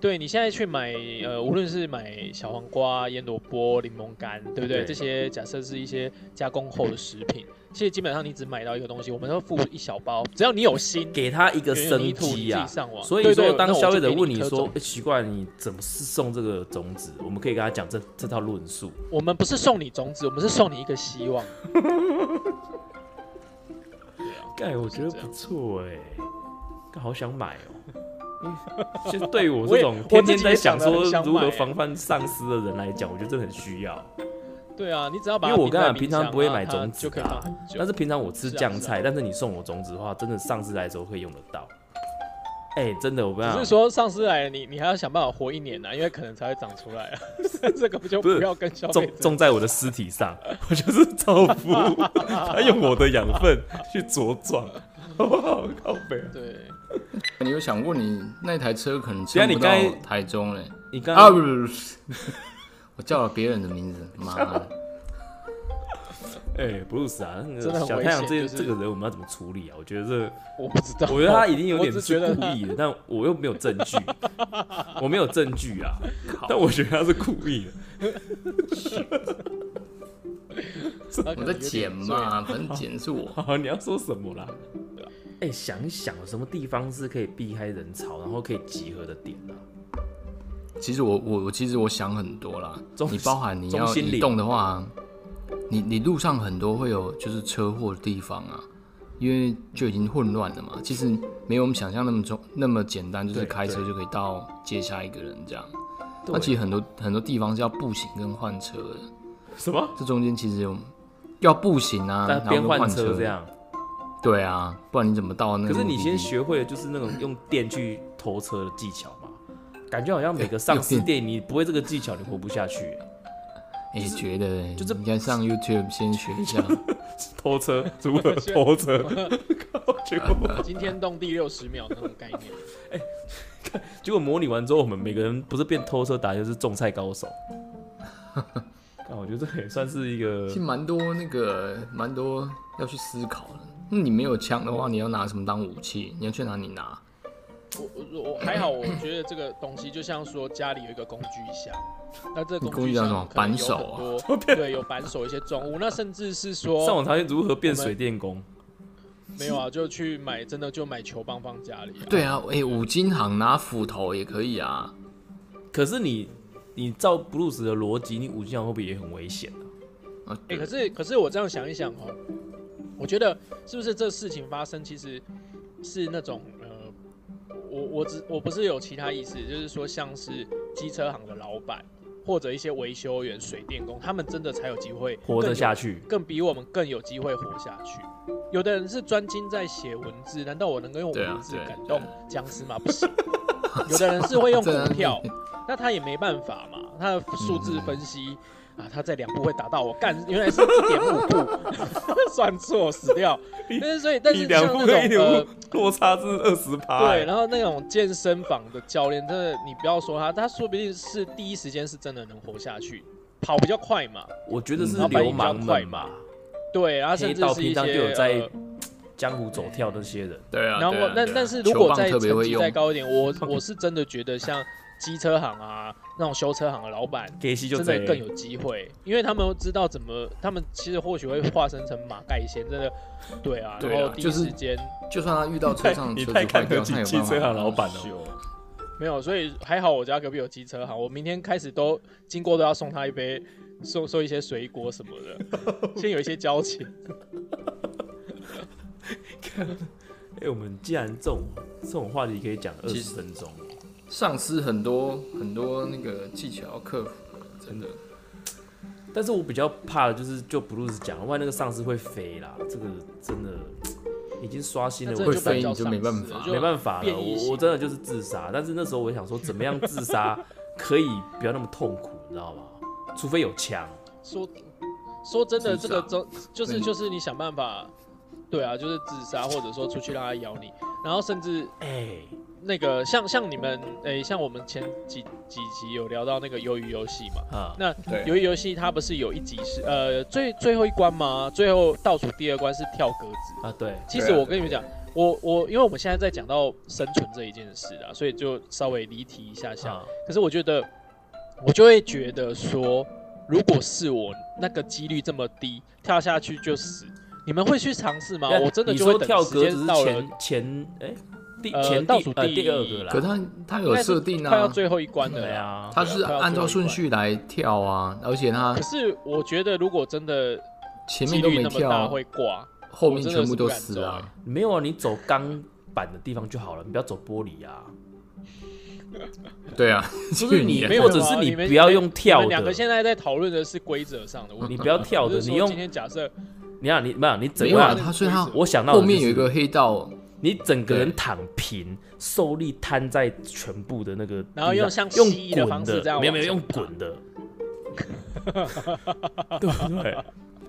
Speaker 2: 对你现在去买，呃，无论是买小黄瓜、腌萝卜、柠檬干，对不对？
Speaker 1: 对
Speaker 2: 这些假设是一些加工后的食品，其实基本上你只买到一个东西，我们都付一小包，只要你有心，
Speaker 1: 给他一个
Speaker 2: 原有泥
Speaker 1: 生
Speaker 2: 土你
Speaker 1: 机
Speaker 2: 自
Speaker 1: 啊
Speaker 2: 己。上网。
Speaker 1: 所以
Speaker 2: 对对
Speaker 1: 说，
Speaker 2: 那
Speaker 1: 当
Speaker 2: 我
Speaker 1: 消
Speaker 2: 就
Speaker 1: 费者
Speaker 2: 给
Speaker 1: 问
Speaker 2: 你
Speaker 1: 你
Speaker 2: 一颗
Speaker 1: 说
Speaker 2: 种
Speaker 1: 欸奇怪，你怎么是送这个种子？”我们可以跟他讲这这套论述。
Speaker 2: 我们不是送你种子，我们是送你一个希望。对啊，
Speaker 1: 盖，我
Speaker 2: 是
Speaker 1: 觉得
Speaker 2: 这
Speaker 1: 不
Speaker 2: 样
Speaker 1: 错哎，干好想买
Speaker 2: <laughs>
Speaker 1: 哦。就对于我
Speaker 2: 我
Speaker 1: 这
Speaker 2: 也
Speaker 1: 种
Speaker 2: 我
Speaker 1: 天
Speaker 2: 自己
Speaker 1: 天在
Speaker 2: 也想
Speaker 1: 想
Speaker 2: 得很
Speaker 1: 说
Speaker 2: 想
Speaker 1: 如
Speaker 2: 买
Speaker 1: 何
Speaker 2: 欸
Speaker 1: 防范丧尸的人来讲，我觉得真的很需要。
Speaker 2: 对啊，你只要把
Speaker 1: 因
Speaker 2: 它
Speaker 1: 为我
Speaker 2: 冰
Speaker 1: 跟
Speaker 2: 在
Speaker 1: 你讲
Speaker 2: 冰
Speaker 1: 平常
Speaker 2: 箱
Speaker 1: 不会
Speaker 2: 啊
Speaker 1: 买
Speaker 2: 它
Speaker 1: 种子
Speaker 2: 就可以
Speaker 1: 的啊
Speaker 2: 放很久。
Speaker 1: 但是平常我吃
Speaker 2: 是啊
Speaker 1: 酱
Speaker 2: 是啊
Speaker 1: 菜，但是你送我种子的话，真的上次来的时候可以用得到。哎、真的，我不
Speaker 2: 只
Speaker 1: 要
Speaker 2: 是。说上司来了，你你还要想办法活一年啊呢、因为可能才会长出来啊。 <laughs> 这个不就
Speaker 1: 不是
Speaker 2: 不要跟消费
Speaker 1: 种
Speaker 2: 者
Speaker 1: 种在我的尸体上， <laughs> 我就是造福，
Speaker 2: <laughs>
Speaker 1: 他用我的养分去茁壮， <laughs> 好不好？靠北。啊
Speaker 2: 对，
Speaker 3: 你有想过你那台车可能
Speaker 1: 等
Speaker 3: 撑
Speaker 1: 一下
Speaker 3: 不
Speaker 1: 你
Speaker 3: 到
Speaker 1: 刚才
Speaker 3: 台中嘞？
Speaker 1: 你刚
Speaker 3: 啊，
Speaker 1: 刚
Speaker 3: 不不不不， <laughs> 我叫了别人的
Speaker 1: <laughs>
Speaker 3: 名字，妈的，
Speaker 1: 哎、布鲁斯啊，那
Speaker 2: 真的
Speaker 1: 个
Speaker 2: 很
Speaker 1: 小
Speaker 2: 危
Speaker 1: 太阳
Speaker 2: 险
Speaker 1: 这、
Speaker 2: 就是
Speaker 1: 这个人，我们要怎么处理啊？我觉得这，
Speaker 2: 我不知道。
Speaker 1: 我觉得他一定有
Speaker 2: 我
Speaker 1: 点
Speaker 2: 只
Speaker 1: 是
Speaker 2: 觉得
Speaker 1: 故
Speaker 2: 他
Speaker 1: 意的，但我又没有证
Speaker 2: <laughs>
Speaker 1: 据，我没有证据啊，但我觉得他是故意的。
Speaker 2: 他可
Speaker 3: 我
Speaker 2: 能
Speaker 3: 在
Speaker 2: 有点
Speaker 3: 剪
Speaker 2: 醉啊。
Speaker 3: 嘛，反正剪是我。
Speaker 1: <laughs> 好，你要说什么啦？
Speaker 3: 啊
Speaker 1: 哎、想一想，有什么地方是可以避开人潮，然后可以集合的点啊？
Speaker 3: 其实我我我其实我想很多啦
Speaker 1: 中，
Speaker 3: 你包含你
Speaker 1: 中
Speaker 3: 要
Speaker 1: 心里
Speaker 3: 移动的话，你你路上很多会有就是车祸的地方啊，因为就已经混乱了嘛。其实没有我们想象那么中那么简单，就是
Speaker 1: 对
Speaker 3: 开车
Speaker 1: 对
Speaker 3: 就可以到接下一个人这样。
Speaker 1: 对
Speaker 3: 那其实很多很多地方是要步行跟换车的，
Speaker 1: 什么？
Speaker 3: 这中间其实有要步行啊，
Speaker 1: 但
Speaker 3: 然后
Speaker 1: 边
Speaker 3: 跟
Speaker 1: 换
Speaker 3: 换
Speaker 1: 车这。样，
Speaker 3: 对啊，不然你怎么到那
Speaker 1: 可
Speaker 3: 个目的
Speaker 1: 是
Speaker 3: 地？
Speaker 1: 你先学会的就是那种用电去拖车的技巧嘛，感觉好像每个上市
Speaker 3: 用
Speaker 1: 店你不会这个技巧，你活不下去。
Speaker 3: 哎、觉得欸
Speaker 1: 就是
Speaker 3: 你应该上 YouTube 先学
Speaker 1: <laughs>
Speaker 3: 一下。
Speaker 1: 拖 <laughs> 车如何拖车？ <laughs> 靠结果
Speaker 2: 惊天动地六十秒那种概念，
Speaker 1: 结果模拟完之后，我们每个人不是变拖车达，就是种菜高
Speaker 3: <laughs>
Speaker 1: 手。但我觉得这也算是一个
Speaker 3: 其实蛮多那个蛮多要去思考的。那你没有枪的话，你要拿什么当武器？你要去哪里拿？
Speaker 2: 我我我还好，我觉得这个东西就像说家里有一个工具箱，那这个
Speaker 3: 你工具箱
Speaker 2: 箱
Speaker 3: 什么
Speaker 2: 可能有
Speaker 3: 扳手啊
Speaker 2: 很
Speaker 3: <laughs>
Speaker 2: 多对，有扳手一些重物，那甚至是说
Speaker 1: 上网查询如何变水电工。
Speaker 2: 没有啊，就去买，真的就买球棒放家里、啊。
Speaker 3: 对啊，哎、五金行拿斧头也可以啊。
Speaker 1: 可是你你照布鲁斯的逻辑，你武器行会不会也很危险啊？
Speaker 3: 啊，
Speaker 2: 哎、
Speaker 3: 对
Speaker 2: 可是可是我这样想一想哦，我觉得是不是这事情发生其实是那种呃，我我只我不是有其他意思，就是说像是机车行的老板或者一些维修员、水电工，他们真的才有机会
Speaker 1: 活
Speaker 2: 更有
Speaker 1: 得下去？
Speaker 2: 更比我们更有机会活下去。有的人是专精在写文字，难道我能够用
Speaker 3: 对啊
Speaker 2: 文字
Speaker 3: 对啊
Speaker 2: 感
Speaker 3: 对
Speaker 2: 动
Speaker 3: 啊
Speaker 2: 僵尸吗？不行。 <laughs> 有的人是会用股
Speaker 3: 这样
Speaker 2: 票，那他也没办法嘛，他的数字分析、
Speaker 1: 嗯
Speaker 2: 啊，他在两步会达到我干，原来是一点五步， <laughs> 算错死掉。但是所以，但
Speaker 1: 你
Speaker 2: 是
Speaker 1: 两
Speaker 2: 像
Speaker 1: 步
Speaker 2: 那
Speaker 1: 跟一
Speaker 2: 种
Speaker 1: 点
Speaker 2: 呃
Speaker 1: 五，哎落差是二十趴。欸
Speaker 2: 对，然后那种健身房的教练，真的，你不要说他，他说不定是第一时间是真的能活下去，跑比较快嘛，
Speaker 1: 我觉得是
Speaker 2: 嗯老板
Speaker 1: 流氓
Speaker 2: 比较快
Speaker 1: 们
Speaker 2: 嘛
Speaker 1: 吧，
Speaker 2: 对，然后甚
Speaker 1: 黑
Speaker 2: 至
Speaker 1: 道
Speaker 2: 是一
Speaker 1: 平常就有
Speaker 2: 些
Speaker 1: 在
Speaker 2: 呃
Speaker 1: 江湖走跳的那些人，
Speaker 3: 对啊，
Speaker 2: 然后
Speaker 3: 对啊
Speaker 2: 但
Speaker 3: 对啊
Speaker 2: 但是如
Speaker 3: 球
Speaker 2: 果
Speaker 3: 棒
Speaker 2: 再
Speaker 3: 特别
Speaker 2: 层
Speaker 3: 会
Speaker 2: 级
Speaker 3: 用
Speaker 2: 再高一点，
Speaker 3: <laughs>
Speaker 2: 我我是真的觉得像机车行啊那种修车行的老板，
Speaker 1: 给西就
Speaker 2: 真
Speaker 1: 这
Speaker 2: 的
Speaker 1: 样
Speaker 2: 更有机会，因为他们知道怎么，他们其实或许会化身成马盖先，真的，对啊，
Speaker 3: 对啊
Speaker 2: 然后第
Speaker 3: 就
Speaker 2: 一
Speaker 3: 是
Speaker 2: 时间、
Speaker 3: 就算他遇到车
Speaker 2: <laughs>
Speaker 3: 上
Speaker 1: 你
Speaker 3: 的车子
Speaker 1: 太
Speaker 3: 坏
Speaker 1: 看得
Speaker 3: 掉，
Speaker 1: 起
Speaker 3: 他也
Speaker 1: 汽
Speaker 3: 有
Speaker 1: 车
Speaker 3: 办
Speaker 1: 行
Speaker 3: 法
Speaker 1: 老
Speaker 2: 哦
Speaker 1: 板了、哦
Speaker 3: 哦
Speaker 2: 没有，所以还好我家隔壁有机车行，我明天开始都经过都要送他一杯，送送一些水果什么
Speaker 3: <laughs>
Speaker 2: 的，先有一些交情。
Speaker 1: 哎、我们既然这种这种话题可以讲二
Speaker 3: 其
Speaker 1: 十
Speaker 3: 实
Speaker 1: 分钟，
Speaker 3: 丧失很多很多那个技巧要克服，真的。
Speaker 1: 但是我比较怕的就是就 Blues 讲，万一那个丧尸会飞啦，这个真的已经刷新了
Speaker 2: 那这
Speaker 1: 我
Speaker 2: 就
Speaker 1: 的
Speaker 2: 不
Speaker 1: 三
Speaker 2: 能
Speaker 3: 飞
Speaker 2: 叫
Speaker 3: 你就没
Speaker 2: 丧
Speaker 3: 办
Speaker 2: 尸
Speaker 3: 法
Speaker 2: 了就
Speaker 1: 没办法了，
Speaker 2: 变异
Speaker 1: 我
Speaker 2: 型
Speaker 1: 我真的就是自杀。但是那时候我想说，怎么样自杀可以不要那么痛苦，你知道吗？除非有枪，
Speaker 2: 说说真的，
Speaker 3: 自
Speaker 2: 这
Speaker 3: 杀
Speaker 2: 个真就是
Speaker 3: 嗯
Speaker 2: 就是你想办法，对啊，就是自杀或者说出去让它咬你，然后甚至
Speaker 1: 哎、
Speaker 2: 那个像像你们诶、像我们前几几集有聊到那个鱿鱼游戏嘛，
Speaker 1: 啊，
Speaker 2: 那
Speaker 3: 对
Speaker 2: 鱿鱼游戏它不是有一集是呃最最后一关吗？最后倒数第二关是跳格子。
Speaker 1: 啊，对，
Speaker 2: 其
Speaker 3: 对啊
Speaker 2: 实我跟你们讲，我我因为我们现在在讲到生存这一件事啊，所以就稍微离题一下下。
Speaker 1: 啊，
Speaker 2: 可是我觉得，我就会觉得说，如果是我那个几率这么低，跳下去就死，你们会去尝试吗？
Speaker 1: 那
Speaker 2: 啊我真
Speaker 1: 啊
Speaker 2: 的
Speaker 1: 你
Speaker 2: 就会
Speaker 1: 说
Speaker 2: 等
Speaker 1: 跳
Speaker 2: 时
Speaker 1: 格
Speaker 2: 间
Speaker 1: 只是
Speaker 2: 到了
Speaker 1: 前前哎、第
Speaker 2: 呃
Speaker 1: 前
Speaker 2: 倒
Speaker 1: 第
Speaker 2: 数
Speaker 1: 呃
Speaker 2: 第
Speaker 1: 第二个啦，
Speaker 3: 可他他有
Speaker 2: 应该是
Speaker 3: 设定
Speaker 2: 快要
Speaker 3: 啊，
Speaker 2: 最后一关了
Speaker 1: 对
Speaker 2: 啦。
Speaker 1: 啊，
Speaker 3: 他是按照顺序来跳啊，而且他
Speaker 2: 可是我觉得，如果真的
Speaker 3: 前
Speaker 2: 几
Speaker 3: 面都
Speaker 2: 率
Speaker 3: 没
Speaker 2: 那么大
Speaker 1: 啊
Speaker 3: 跳，
Speaker 2: 会挂，
Speaker 3: 后面全部都死啊。
Speaker 2: 欸
Speaker 1: 没有啊，你走钢板的地方就好了，你不要走玻璃啊。
Speaker 3: 对啊，
Speaker 1: 不
Speaker 3: 去
Speaker 1: 是你
Speaker 3: 啊
Speaker 2: 没有
Speaker 1: 或者是
Speaker 2: 啊
Speaker 1: 你
Speaker 2: 你们
Speaker 1: 不要用跳
Speaker 2: 我
Speaker 1: 的
Speaker 2: 们两个现在在讨论的是规则上的问
Speaker 1: 你
Speaker 2: 题。
Speaker 1: 不要跳的，
Speaker 2: 不是
Speaker 1: 你
Speaker 2: 说
Speaker 1: 用
Speaker 2: 今天假设
Speaker 1: 你看你没有你整
Speaker 3: 没
Speaker 1: 个
Speaker 3: 有啊，
Speaker 1: 人，
Speaker 3: 他所以他
Speaker 1: 我想到的
Speaker 3: 后
Speaker 1: 就
Speaker 3: 面
Speaker 1: 是
Speaker 3: 有一个黑道，
Speaker 1: 你整个人躺平，受力摊在全部的那个地上，
Speaker 2: 然后用像
Speaker 1: 用
Speaker 2: 蜥蜴的
Speaker 1: 滚
Speaker 2: 方式这样
Speaker 1: 没有没有
Speaker 2: 往
Speaker 1: 用
Speaker 2: 前爬
Speaker 1: 滚的，
Speaker 2: <laughs>
Speaker 1: 对不对？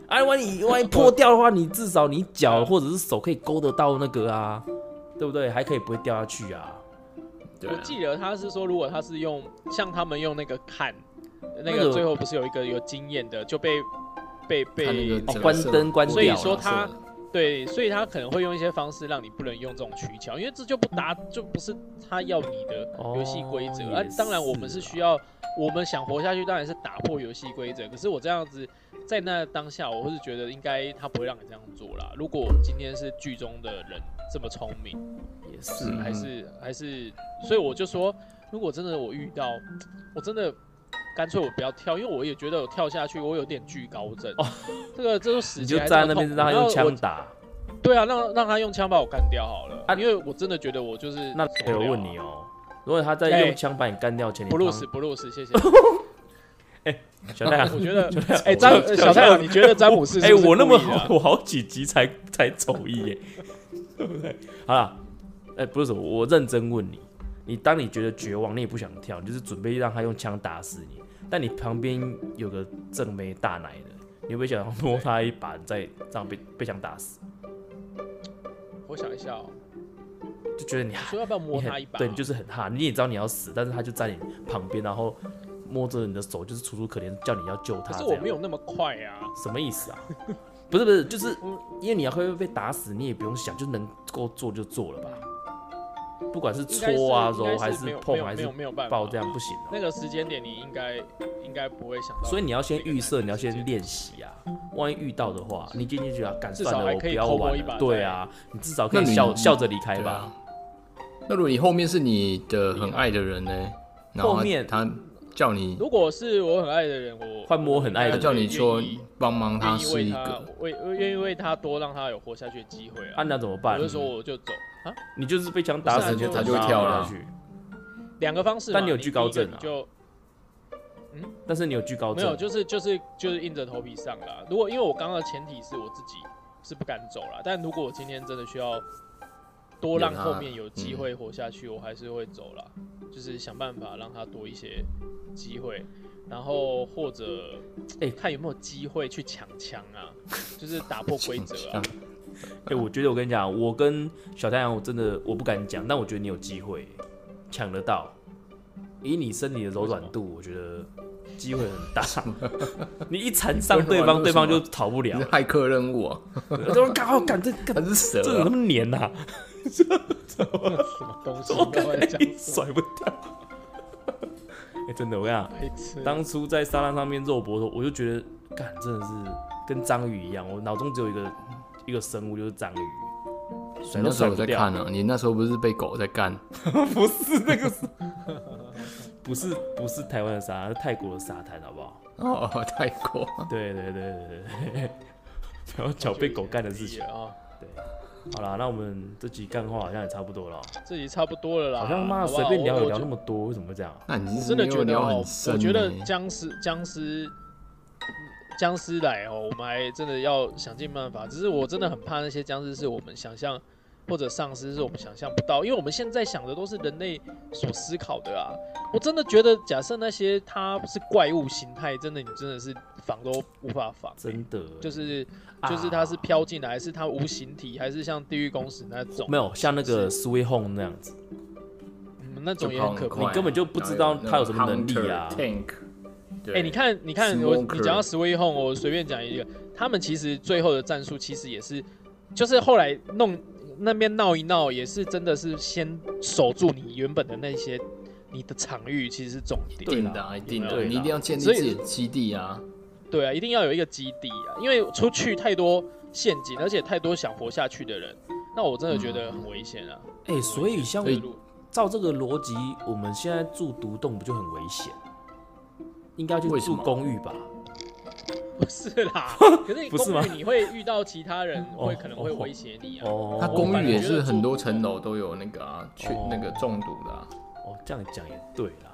Speaker 1: 哎，万一万一破掉的话，你至少你脚或者是手可以勾得到那个啊，对不对？还可以不会掉下去啊。
Speaker 3: 对
Speaker 2: 我
Speaker 3: 啊
Speaker 2: 记得他是说，如果他是用像他们用那个看，
Speaker 1: 那
Speaker 2: 那
Speaker 1: 个
Speaker 2: 个最后不是有一个有经验的就被被
Speaker 3: 他那
Speaker 2: 被
Speaker 3: 个
Speaker 1: 哦
Speaker 3: 折射
Speaker 1: 关灯关
Speaker 2: 所以
Speaker 1: 掉
Speaker 2: 说
Speaker 1: 了
Speaker 2: 他对，所以他可能会用一些方式让你不能用这种取巧，因为这就不达就不是他要你的游戏规则。
Speaker 1: 嗯哦
Speaker 2: 啊
Speaker 1: 也，
Speaker 2: 当然我们是
Speaker 1: 是啊
Speaker 2: 需要，我们想活下去当然是打破游戏规则。可是我这样子在那当下，我是觉得应该他不会让你这样做啦。如果今天是剧中的人这么聪明。
Speaker 1: 也是
Speaker 3: 嗯
Speaker 2: 还是啊还是，所以我就说，如果真的我遇到，我真的干脆我不要跳，因为我也觉得我跳下去我有点惧高症。
Speaker 1: 哦
Speaker 2: 这个这都死
Speaker 1: 你
Speaker 2: 前
Speaker 1: 就
Speaker 2: 还
Speaker 1: 站在
Speaker 2: 这
Speaker 1: 那边
Speaker 2: 么痛苦
Speaker 1: 让他用。
Speaker 2: 然后
Speaker 1: 枪打。
Speaker 2: 我对啊，让让他用枪把我干掉好了，
Speaker 1: 啊
Speaker 2: 因为我真的觉得我就是
Speaker 1: 那
Speaker 2: 受不了
Speaker 1: 我
Speaker 2: 啊
Speaker 1: 问你哦、如果他在
Speaker 2: 哎
Speaker 1: 用枪把你干掉前，你
Speaker 2: 布
Speaker 1: 旁
Speaker 2: 鲁斯布鲁
Speaker 1: <laughs>
Speaker 2: 斯，谢谢。
Speaker 1: 小太阳，
Speaker 2: 我觉得，
Speaker 1: 哎
Speaker 2: 哎，詹
Speaker 1: 我
Speaker 2: 呃小太阳，你觉得詹姆斯是
Speaker 1: 哎、
Speaker 2: 不是
Speaker 1: 我那么
Speaker 2: 故意的啊
Speaker 1: 好，我好几集才才走一耶， <laughs> 对不对？好了，哎、不是我认真问你，你当你觉得绝望，你也不想跳，你就是准备让他用枪打死你，但你旁边有个正妹大奶的，你会不会想要摸他一把，再这样被被枪打死？
Speaker 2: 我想一下哦，
Speaker 1: 就觉得你
Speaker 2: 你
Speaker 1: 还
Speaker 2: <laughs> 说要不要摸
Speaker 1: 你很
Speaker 2: 他一把？啊
Speaker 1: 对你就是很哈，你也知道你要死，但是他就在你旁边，然后摸着你的手，就是楚楚可怜，叫你要救他。
Speaker 2: 可是
Speaker 1: 这
Speaker 2: 我
Speaker 1: 样
Speaker 2: 没有那么快啊。
Speaker 1: 什么意思啊？不是不是，就是因为你要会被打死，你也不用想，就能够做就做了吧。不管是
Speaker 2: 应该是
Speaker 1: 搓啊、
Speaker 2: 应该
Speaker 1: 揉还
Speaker 2: 没
Speaker 1: 是
Speaker 2: 有没
Speaker 1: 碰
Speaker 2: 有
Speaker 1: 还
Speaker 2: 没
Speaker 1: 是
Speaker 2: 有没有办法
Speaker 1: 抱，这样不行哦、
Speaker 2: 那个时间点你应该应该不会想到，
Speaker 1: 所以你要先预设，
Speaker 2: 这个
Speaker 1: 你要先
Speaker 2: 时间
Speaker 1: 练习啊。万一遇到的话，你今天就要赶
Speaker 2: 至
Speaker 1: 算
Speaker 2: 少
Speaker 1: 了，
Speaker 2: 还
Speaker 1: 我不
Speaker 2: 可以
Speaker 1: 要
Speaker 2: 扣我
Speaker 1: 玩
Speaker 2: 一把
Speaker 1: 了。对啊，你至少可
Speaker 3: 那
Speaker 1: 以
Speaker 3: 你
Speaker 1: 笑笑着离开
Speaker 3: 对
Speaker 1: 吧
Speaker 3: 啊。。那如果你后面是你的很爱的人呢？然后
Speaker 1: 后
Speaker 3: 他
Speaker 1: 面
Speaker 3: 他叫你，
Speaker 2: 如果是我很爱的人，我
Speaker 1: 换摸很爱的
Speaker 3: 他
Speaker 1: 人
Speaker 3: 叫你说
Speaker 2: 愿意
Speaker 3: 帮忙他
Speaker 2: 愿意
Speaker 3: 是
Speaker 2: 为
Speaker 3: 一
Speaker 2: 他
Speaker 3: 个，
Speaker 2: 为愿意为他多让他有活下去的机会
Speaker 1: 啊，
Speaker 2: 啊。
Speaker 1: 那怎么
Speaker 2: 我
Speaker 1: 办
Speaker 2: 就？说我就走啊，
Speaker 1: 你就是被枪打
Speaker 2: 不是啊
Speaker 1: 死，你
Speaker 2: 就
Speaker 1: 怎么
Speaker 2: 他就
Speaker 1: 办
Speaker 2: 跳
Speaker 3: 了
Speaker 1: 下去。
Speaker 2: 两个方式嘛。
Speaker 1: 但你有惧高症啊
Speaker 2: 你第一个
Speaker 1: 但是你有惧高
Speaker 2: 你就没有，
Speaker 1: 症，
Speaker 2: 就是就是就是硬着头皮上啦。如果因为我刚刚的前提是我自己是不敢走啦，但如果我今天真的需要多让
Speaker 3: 有他
Speaker 2: 后面有机会活下去，我还是会走啦，就是想办法让他多一些机会。然后或者，
Speaker 1: 哎
Speaker 2: 看有没有机会去抢枪
Speaker 1: <laughs>
Speaker 2: 啊，就是打破规则啊
Speaker 3: 抢。
Speaker 1: 哎、我觉得我跟你讲，我跟小太阳，我真的我不敢讲，但我觉得你有机会抢得到，以你身体的柔软度，我觉得机会很大。你一缠上对
Speaker 3: <laughs>
Speaker 1: 方，对方就逃不了
Speaker 3: 是。骇客任务啊，
Speaker 1: 对方干好干这
Speaker 3: 还
Speaker 1: 干
Speaker 3: 是蛇
Speaker 1: 这怎么那
Speaker 3: 啊？
Speaker 1: 么黏
Speaker 3: <laughs>
Speaker 1: 呐？
Speaker 2: 什么东西？
Speaker 1: 我
Speaker 2: 我
Speaker 1: 跟 <laughs>
Speaker 2: 跟你讲
Speaker 1: 你
Speaker 2: 什么
Speaker 1: 甩不掉。哎，真的，我跟你讲，
Speaker 2: 白痴，
Speaker 1: 当初在沙滩上面肉搏的时候，我就觉得，干，真的是跟章鱼一样，我脑中只有一个一个生物，就是章鱼，
Speaker 3: 你
Speaker 1: 甩都
Speaker 3: 那时
Speaker 1: 甩
Speaker 3: 候有
Speaker 1: 不
Speaker 3: 在
Speaker 1: 掉。
Speaker 3: 看啊，你那时候不是被狗在干？
Speaker 1: 不是那个是，不是不是台湾的沙滩，是泰国的沙滩，好不好？
Speaker 3: 哦， <laughs> 泰国，
Speaker 1: 对对对对对， <laughs> 然后脚被狗干的事情。
Speaker 2: 啊，
Speaker 1: 好啦，那我们这集干话好像也差不多了哦，
Speaker 2: 这集差不多了啦。
Speaker 1: 好像妈的
Speaker 2: 好不好
Speaker 1: 随便聊也聊那。
Speaker 2: 我我
Speaker 1: 么多，为什么会这样啊？
Speaker 3: 那你
Speaker 2: 我
Speaker 3: 是
Speaker 2: 真的
Speaker 3: 没有
Speaker 2: 觉得
Speaker 3: 聊
Speaker 2: 哦
Speaker 3: 很，
Speaker 2: 我
Speaker 3: 深欸
Speaker 2: 觉得
Speaker 3: 呢
Speaker 2: 僵尸僵尸僵尸来哦，我们还真的要想尽办法。只是我真的很怕那些僵尸是我们想象或者丧尸是我们想象不到，因为我们现在想的都是人类所思考的啊。我真的觉得，假设那些它是怪物形态，真的你真的是防都无法防。
Speaker 1: 真的欸，
Speaker 2: 就是
Speaker 1: 啊
Speaker 2: 就是它是飘进来，还是它无形体，还是像地狱公使那种？
Speaker 1: 没有像那个 Sweet Home 那样子，
Speaker 2: 嗯，那种也很可
Speaker 3: 就跑很快啊
Speaker 2: 怕啊
Speaker 1: 你。根本就不知道他有什么能力啊
Speaker 3: Hunter, Tank，
Speaker 2: 哎、
Speaker 3: 对
Speaker 2: 你看，你看，我
Speaker 3: Smoker
Speaker 2: 你讲到 Sweet Home，我随便讲一个，他们其实最后的战术其实也是，就是后来弄那边闹一闹，也是真的是先守住你原本的那些你的场域，其实是重
Speaker 3: 一
Speaker 2: 点。
Speaker 3: 定的
Speaker 1: 对啦
Speaker 3: 啊，一定的，
Speaker 1: 对啦
Speaker 3: 你一定要建立
Speaker 2: 所以
Speaker 3: 自己的基地啊。
Speaker 2: 对啊，一定要有一个基地啊，因为出去太多陷阱，而且太多想活下去的人，那我真的觉得很危险啊。
Speaker 1: 哎，所
Speaker 2: <laughs>
Speaker 1: 以像
Speaker 3: 所以
Speaker 1: 照这个逻辑，我们现在住独栋不就很危险？应该去
Speaker 3: 为什
Speaker 1: 住
Speaker 3: 么
Speaker 1: 公寓吧？
Speaker 2: 不是
Speaker 1: <laughs>
Speaker 2: 啦，可是
Speaker 1: 不是吗
Speaker 2: 公寓你会遇到其他
Speaker 1: <laughs>
Speaker 2: 人
Speaker 1: 哦
Speaker 2: 会可能会
Speaker 1: 哦
Speaker 2: 威胁你啊。
Speaker 1: 哦，
Speaker 3: 它公寓也
Speaker 2: 我反而觉
Speaker 3: 是
Speaker 2: 得
Speaker 3: 很多层楼都有那个啊，去
Speaker 1: 哦
Speaker 3: 那个中毒的啊。
Speaker 1: 哦，这样讲也对啦。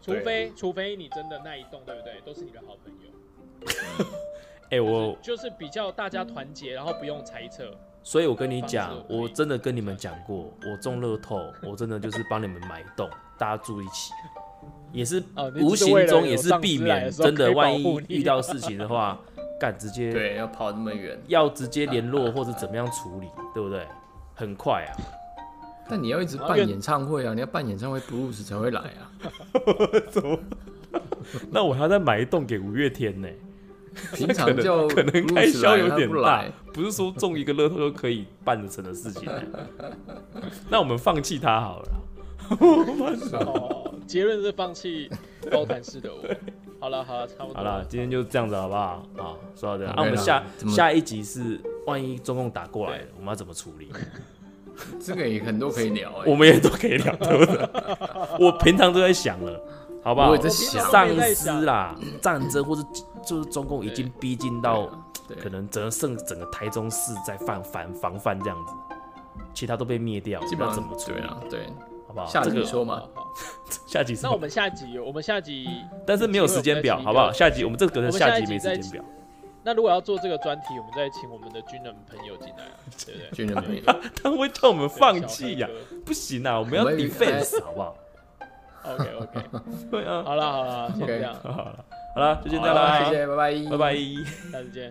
Speaker 2: 除非除非你真的那一栋，对不对？都是你的好朋友，
Speaker 1: 哎，我
Speaker 2: 就是比较大家团结，然后不用猜测。
Speaker 1: 所以我跟你讲
Speaker 2: 方式，可以
Speaker 1: 我真的跟你们讲过，我中乐透，
Speaker 2: <laughs>
Speaker 1: 我真的就是帮你们买一栋，大家住一起，也是
Speaker 2: 哦你只是
Speaker 1: 无形中也是避
Speaker 2: 为了有
Speaker 1: 免
Speaker 2: 丧尸来的时候
Speaker 1: 真的
Speaker 2: 可以保
Speaker 1: 万
Speaker 2: 护
Speaker 1: 一
Speaker 2: 你
Speaker 1: 遇到事情的
Speaker 2: <laughs>
Speaker 1: 话，干直接
Speaker 3: 对，要跑那么远，
Speaker 1: 要直接联络或者怎么样处理，对不对？很快啊，
Speaker 3: 但你要一直
Speaker 2: 然后
Speaker 3: 办
Speaker 2: 越
Speaker 3: 演唱会啊，你要办演唱会，Bruce 才会来啊。
Speaker 1: <laughs> <laughs> 那我还要再买一栋给五月天呢、
Speaker 3: 平
Speaker 1: 可
Speaker 3: 常
Speaker 1: 能
Speaker 3: 叫
Speaker 1: 可能
Speaker 3: Bruce
Speaker 1: 开销
Speaker 3: 来
Speaker 1: 有
Speaker 3: 他
Speaker 1: 点
Speaker 3: 啊不
Speaker 1: 大
Speaker 3: 来，
Speaker 1: 不是说中一个乐透就可以办得成的事
Speaker 3: <laughs>
Speaker 1: 情、欸。那我们放弃它好了啦。
Speaker 2: 哦，结论是放弃高谈式的我。好了好了，差不多
Speaker 1: 好啦，今天就这样子好不好？啊，说到这样，那、
Speaker 3: OK
Speaker 1: 我们
Speaker 3: 啦
Speaker 1: 下
Speaker 3: 怎么
Speaker 1: 下一集是万一中共打过来了，我们要怎么处理？
Speaker 3: 这个也很多可以聊哎、
Speaker 1: <laughs> 我们也都可以聊，对不对？我平常都在想了，好不好？
Speaker 3: 我也在
Speaker 2: 想
Speaker 1: 丧尸啦，战争或是就是中共已经逼近到
Speaker 3: 对
Speaker 1: 可能整个剩整个台中市在防反防范这样子，其他都被灭掉，
Speaker 3: 基
Speaker 1: 不知
Speaker 3: 本
Speaker 1: 道怎
Speaker 3: 上
Speaker 1: 么处
Speaker 3: 对
Speaker 1: 理，
Speaker 3: 啊，对，
Speaker 1: 好不好？
Speaker 3: 下
Speaker 1: 这
Speaker 3: 集
Speaker 1: 个
Speaker 2: 好
Speaker 3: 说嘛，
Speaker 2: 好
Speaker 1: 下集是
Speaker 2: 那我们下集，我们下集，
Speaker 1: 但是没有时间表，好不好？？下集我们这个
Speaker 2: 我
Speaker 1: 的
Speaker 2: 们下一
Speaker 1: 集
Speaker 2: 集
Speaker 1: 没
Speaker 2: 再
Speaker 1: 时间表，
Speaker 2: 那如果要做这个专题，我们再请我们的军人朋友进来啊，对不
Speaker 3: <laughs>
Speaker 2: 对？
Speaker 3: 军人
Speaker 1: <laughs>
Speaker 3: 朋友，
Speaker 1: 他会叫我们放弃呀、
Speaker 2: 对
Speaker 1: 不行啊，我们要
Speaker 3: 哎我哎们
Speaker 1: defense 好不好？
Speaker 2: 小哥哥 OK OK，
Speaker 1: 对啊， <laughs>
Speaker 2: 好了好了，先这样，
Speaker 1: 好了，好了，就先这样
Speaker 3: 好
Speaker 1: 啦，
Speaker 3: 谢谢，拜拜，
Speaker 1: 拜拜。
Speaker 2: 下次见。